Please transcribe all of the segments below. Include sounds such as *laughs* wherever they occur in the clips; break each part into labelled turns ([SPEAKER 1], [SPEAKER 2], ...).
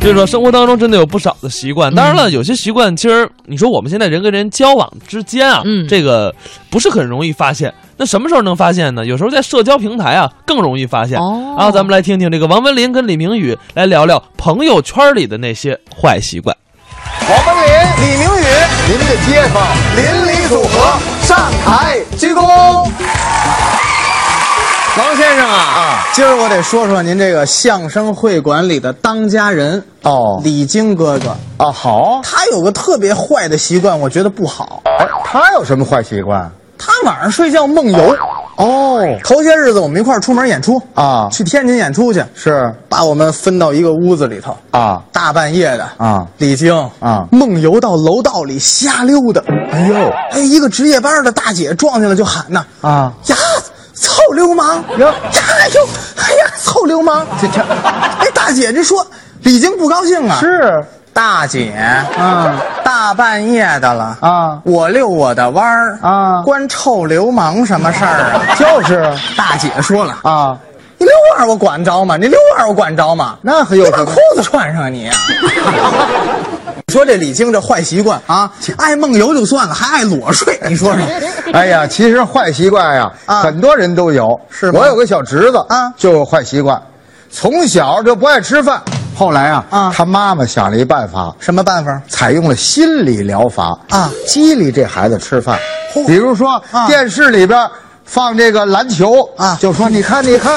[SPEAKER 1] 所以说，生活当中真的有不少的习惯。当然
[SPEAKER 2] 嗯
[SPEAKER 1] 了，有些习惯其实你说我们现在人跟人交往之间啊，
[SPEAKER 2] 嗯
[SPEAKER 1] 这个不是很容易发现。那什么时候能发现呢？有时候在社交平台啊更容易发现。
[SPEAKER 2] 哦
[SPEAKER 1] 然后咱们来听听这个王文林跟李明宇来聊聊朋友圈里的那些坏习惯。
[SPEAKER 3] 王文林、李明宇，您的街坊邻里组合上台鞠躬。
[SPEAKER 4] 王先生啊，
[SPEAKER 3] 啊，
[SPEAKER 4] 今儿我得说说您这个相声会馆里的当家人
[SPEAKER 3] 哦
[SPEAKER 4] 李菁哥哥，
[SPEAKER 3] 啊，好，
[SPEAKER 4] 他有个特别坏的习惯，我觉得不好。
[SPEAKER 3] 哎，他有什么坏习惯？
[SPEAKER 4] 他晚上睡觉梦游。
[SPEAKER 3] 哦，
[SPEAKER 4] 头些日子我们一块儿出门演出
[SPEAKER 3] 啊
[SPEAKER 4] 去天津演出去，
[SPEAKER 3] 是
[SPEAKER 4] 把我们分到一个屋子里头，
[SPEAKER 3] 啊，
[SPEAKER 4] 大半夜的
[SPEAKER 3] 啊
[SPEAKER 4] 李菁
[SPEAKER 3] 啊
[SPEAKER 4] 梦游到楼道里瞎溜达。
[SPEAKER 3] 哎呦
[SPEAKER 4] 哎，一个值夜班的大姐撞见了就喊呐
[SPEAKER 3] 啊，
[SPEAKER 4] 呀，臭流氓！
[SPEAKER 3] 哟
[SPEAKER 4] 呀哟，哎呀，臭流氓！
[SPEAKER 3] 这这
[SPEAKER 4] *laughs* 哎，大姐这说，李菁不高兴啊。
[SPEAKER 3] 是
[SPEAKER 4] 大姐，嗯，大半夜的了
[SPEAKER 3] 啊
[SPEAKER 4] 我遛我的弯儿
[SPEAKER 3] 啊
[SPEAKER 4] 关臭流氓什么事儿啊？
[SPEAKER 3] 就是
[SPEAKER 4] 大姐说了，
[SPEAKER 3] 啊，
[SPEAKER 4] 你遛弯儿我管着吗？你遛弯儿我管着吗？
[SPEAKER 3] 那还
[SPEAKER 4] 你
[SPEAKER 3] 有
[SPEAKER 4] 把
[SPEAKER 3] 什
[SPEAKER 4] 裤
[SPEAKER 3] 么？
[SPEAKER 4] 子穿上你。啊你说这李菁这坏习惯啊，爱梦游就算了，还爱裸睡，你说说。
[SPEAKER 3] 哎呀，其实坏习惯呀，
[SPEAKER 4] 啊
[SPEAKER 3] 很多人都有。
[SPEAKER 4] 是吗
[SPEAKER 3] 我有个小侄子
[SPEAKER 4] 啊
[SPEAKER 3] 就有坏习惯，从小就不爱吃饭。后来啊，
[SPEAKER 4] 啊
[SPEAKER 3] 他妈妈想了一办法，
[SPEAKER 4] 什么办法？
[SPEAKER 3] 采用了心理疗法
[SPEAKER 4] 啊
[SPEAKER 3] 激励这孩子吃饭
[SPEAKER 4] 嚯。
[SPEAKER 3] 比如说、
[SPEAKER 4] 啊
[SPEAKER 3] 电视里边放这个篮球
[SPEAKER 4] 啊
[SPEAKER 3] 就说你看你看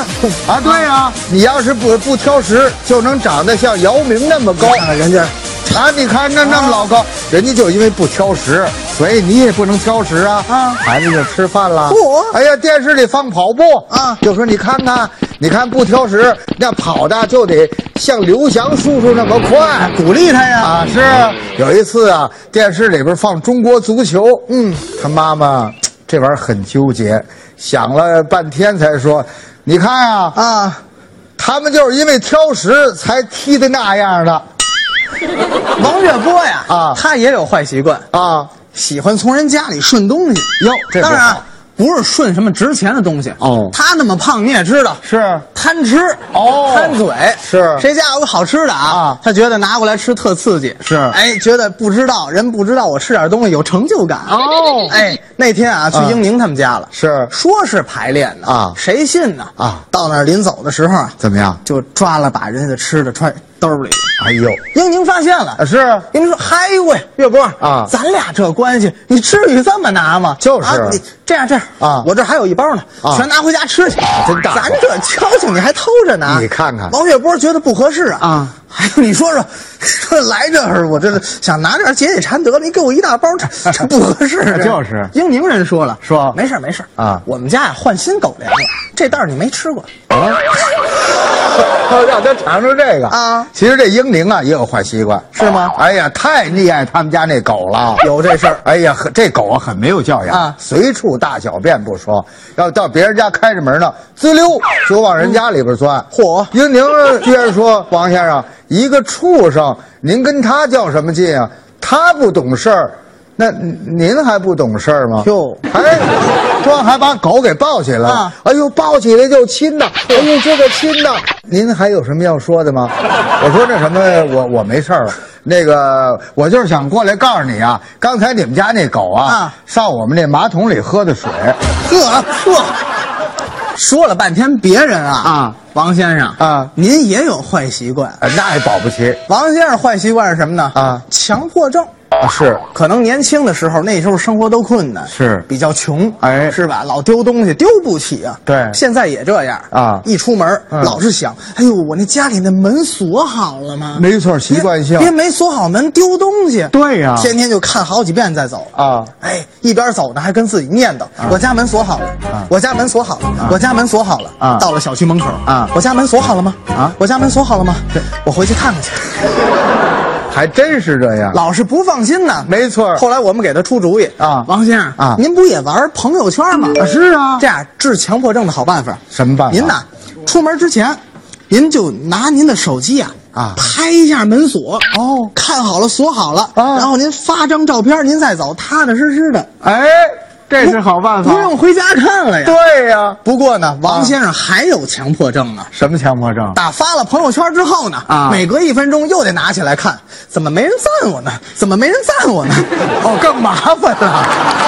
[SPEAKER 3] 啊，对呀、你要是不不挑食，就能长得像姚明那么高。
[SPEAKER 4] 看看人家
[SPEAKER 3] 啊，你看那那么老
[SPEAKER 4] 啊
[SPEAKER 3] 高，人家就因为不挑食，所以你也不能挑食啊。
[SPEAKER 4] 啊
[SPEAKER 3] 孩子就吃饭了
[SPEAKER 4] 嚯。
[SPEAKER 3] 哎呀，电视里放跑步
[SPEAKER 4] 啊
[SPEAKER 3] 就说你看看，你看不挑食，那跑的就得像刘翔叔叔那么快。
[SPEAKER 4] 鼓励他呀。
[SPEAKER 3] 啊，是有一次啊，电视里边放中国足球，嗯，他妈妈嘖这玩意儿很纠结，想了半天才说，你看啊，
[SPEAKER 4] 啊，
[SPEAKER 3] 他们就是因为挑食才踢的那样的
[SPEAKER 4] 王月波呀，
[SPEAKER 3] 啊
[SPEAKER 4] 他也有坏习惯，
[SPEAKER 3] 啊，
[SPEAKER 4] 喜欢从人家里顺东西。
[SPEAKER 3] 哟这不
[SPEAKER 4] 当
[SPEAKER 3] 好
[SPEAKER 4] 然啊不是顺什么值钱的东西
[SPEAKER 3] 哦
[SPEAKER 4] 他那么胖你也知道，
[SPEAKER 3] 是
[SPEAKER 4] 贪吃
[SPEAKER 3] 哦
[SPEAKER 4] 贪嘴
[SPEAKER 3] 是
[SPEAKER 4] 谁家有个好吃的啊
[SPEAKER 3] 啊，
[SPEAKER 4] 他觉得拿过来吃特刺激，
[SPEAKER 3] 是
[SPEAKER 4] 哎，觉得不知道人不知道我吃点东西有成就感
[SPEAKER 3] 哦
[SPEAKER 4] 哎，那天啊去
[SPEAKER 3] 嗯
[SPEAKER 4] 英宁他们家了，
[SPEAKER 3] 是
[SPEAKER 4] 说是排练呢
[SPEAKER 3] 啊
[SPEAKER 4] 谁信呢
[SPEAKER 3] 啊？
[SPEAKER 4] 到那儿临走的时候啊
[SPEAKER 3] 怎么样？
[SPEAKER 4] 就抓了把人家的吃的揣兜里，
[SPEAKER 3] 哎呦，
[SPEAKER 4] 英宁发现了
[SPEAKER 3] 啊是
[SPEAKER 4] 您说，嗨喂，月波
[SPEAKER 3] 啊
[SPEAKER 4] 咱俩这关系，你至于这么拿吗？
[SPEAKER 3] 就是
[SPEAKER 4] 啊你这样这样
[SPEAKER 3] 啊
[SPEAKER 4] 我这还有一包呢，
[SPEAKER 3] 啊
[SPEAKER 4] 全拿回家吃去。
[SPEAKER 3] 真大方
[SPEAKER 4] 咱这瞧瞧，你还偷着拿？
[SPEAKER 3] 你看看
[SPEAKER 4] 王月波觉得不合适啊
[SPEAKER 3] 啊！
[SPEAKER 4] 哎呦，你说说， *laughs* 这来这儿，我这想拿这儿解解馋得了，你给我一大包，这这不合适啊。
[SPEAKER 3] *laughs*
[SPEAKER 4] 这
[SPEAKER 3] 就是
[SPEAKER 4] 英宁人说了，
[SPEAKER 3] 说
[SPEAKER 4] 没事儿没事儿
[SPEAKER 3] 啊
[SPEAKER 4] 我们家呀换新狗粮了，这袋儿你没吃过。
[SPEAKER 3] 让他尝尝这个
[SPEAKER 4] 啊
[SPEAKER 3] 其实这英灵啊也有坏习惯，
[SPEAKER 4] 是吗
[SPEAKER 3] 哎呀，太溺爱他们家那狗了，
[SPEAKER 4] 有这事儿
[SPEAKER 3] 哎呀，很这狗啊很没有教养
[SPEAKER 4] 啊
[SPEAKER 3] 随处大小便不说，要到别人家开着门呢，滋溜就往人家里边钻。
[SPEAKER 4] 嚯
[SPEAKER 3] 英宁接着说：“王先生，一个畜生，您跟他较什么劲啊？他不懂事儿。”那您还不懂事儿吗？
[SPEAKER 4] 哟
[SPEAKER 3] 哎，这还把狗给抱起来了
[SPEAKER 4] 啊
[SPEAKER 3] 哎呦，抱起来就亲呐！哎呦，这个亲呐！您还有什么要说的吗？我说那什么，我我没事儿了。那个，我就是想过来告诉你啊，刚才你们家那狗啊，
[SPEAKER 4] 啊
[SPEAKER 3] 上我们那马桶里喝的水。
[SPEAKER 4] 呵呵，说了半天别人啊
[SPEAKER 3] 啊，
[SPEAKER 4] 王先生
[SPEAKER 3] 啊
[SPEAKER 4] 您也有坏习惯。
[SPEAKER 3] 呃那也保不齐
[SPEAKER 4] 王先生坏习惯是什么呢？
[SPEAKER 3] 啊
[SPEAKER 4] 强迫症。
[SPEAKER 3] 啊，是
[SPEAKER 4] 可能年轻的时候，那时候生活都困难，
[SPEAKER 3] 是
[SPEAKER 4] 比较穷，
[SPEAKER 3] 哎
[SPEAKER 4] 是吧？老丢东西，丢不起啊。
[SPEAKER 3] 对
[SPEAKER 4] 现在也这样
[SPEAKER 3] 啊
[SPEAKER 4] 一出门、
[SPEAKER 3] 嗯
[SPEAKER 4] 老是想，哎呦，我那家里那门锁好了吗？
[SPEAKER 3] 没错习惯性
[SPEAKER 4] 别别没锁好门丢东西。
[SPEAKER 3] 对呀
[SPEAKER 4] 天天就看好几遍再走
[SPEAKER 3] 啊
[SPEAKER 4] 哎，一边走呢还跟自己念叨：“我家门锁好了，
[SPEAKER 3] 啊
[SPEAKER 4] 我家门锁好了，我家门锁好了。
[SPEAKER 3] 啊
[SPEAKER 4] 到了小区门口
[SPEAKER 3] 啊
[SPEAKER 4] 我家门锁好了吗？
[SPEAKER 3] 啊
[SPEAKER 4] 我家门锁好了吗？我回去看看去。
[SPEAKER 3] 还真是这样。
[SPEAKER 4] 老是不放心呢。
[SPEAKER 3] 没错
[SPEAKER 4] 后来我们给他出主意
[SPEAKER 3] 啊
[SPEAKER 4] 王先生
[SPEAKER 3] 啊
[SPEAKER 4] 您不也玩朋友圈吗？
[SPEAKER 3] 啊是啊
[SPEAKER 4] 这样治强迫症的好办法。
[SPEAKER 3] 什么办法
[SPEAKER 4] 您呐，出门之前，您就拿您的手机啊
[SPEAKER 3] 啊
[SPEAKER 4] 拍一下门锁哦，看好了锁好了
[SPEAKER 3] 啊
[SPEAKER 4] 然后您发张照片，您再走，踏踏实实的。
[SPEAKER 3] 哎，这是好办法
[SPEAKER 4] 不用回家看了呀。
[SPEAKER 3] 对呀，
[SPEAKER 4] 不过呢，
[SPEAKER 3] 啊
[SPEAKER 4] 王先生还有强迫症呢。
[SPEAKER 3] 什么强迫症？
[SPEAKER 4] 打发了朋友圈之后呢，
[SPEAKER 3] 啊
[SPEAKER 4] 每隔一分钟又得
[SPEAKER 3] *laughs*
[SPEAKER 4] 拿起来看，怎么没人赞我呢？怎么没人赞我呢？
[SPEAKER 3] 哦，更麻烦了。